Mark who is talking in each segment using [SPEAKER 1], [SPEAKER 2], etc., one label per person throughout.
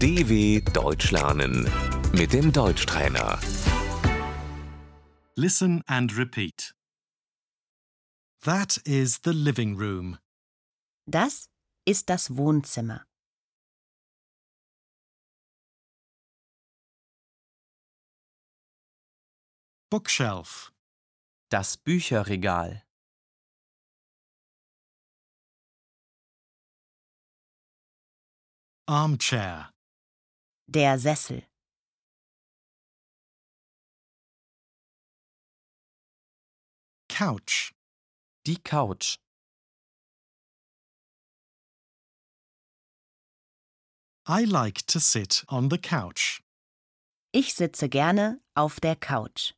[SPEAKER 1] DW Deutsch lernen mit dem Deutschtrainer.
[SPEAKER 2] Listen and repeat. That is the living room.
[SPEAKER 3] Das ist das Wohnzimmer.
[SPEAKER 2] Bookshelf.
[SPEAKER 4] Das Bücherregal.
[SPEAKER 2] Armchair.
[SPEAKER 3] Der Sessel.
[SPEAKER 2] Couch.
[SPEAKER 4] Die Couch.
[SPEAKER 2] I like to sit on the couch.
[SPEAKER 3] Ich sitze gerne auf der Couch.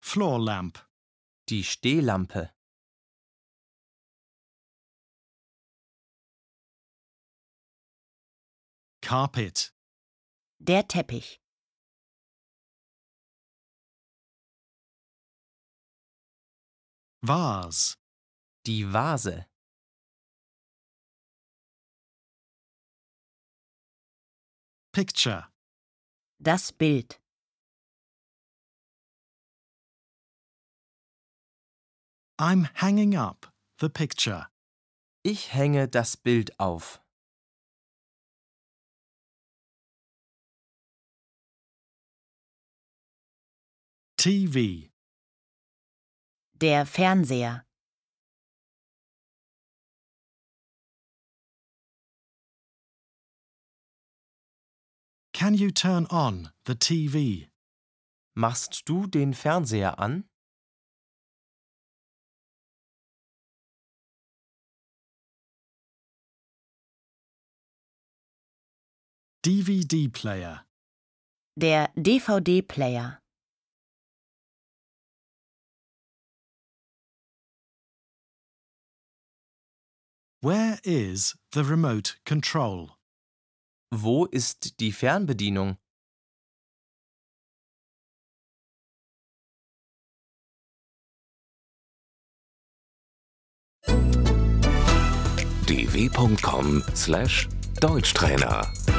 [SPEAKER 2] Floor lamp.
[SPEAKER 4] Die Stehlampe.
[SPEAKER 2] Carpet.
[SPEAKER 3] Der Teppich.
[SPEAKER 2] Vase.
[SPEAKER 4] Die Vase.
[SPEAKER 2] Picture.
[SPEAKER 3] Das Bild.
[SPEAKER 2] I'm hanging up the picture.
[SPEAKER 4] Ich hänge das Bild auf.
[SPEAKER 2] TV.
[SPEAKER 3] Der Fernseher.
[SPEAKER 2] Can you turn on the TV?
[SPEAKER 4] Machst du den Fernseher an?
[SPEAKER 2] DVD player.
[SPEAKER 3] Der DVD-Player.
[SPEAKER 2] Where is the remote control?
[SPEAKER 4] Wo ist die Fernbedienung?
[SPEAKER 1] dw.com/deutschtrainer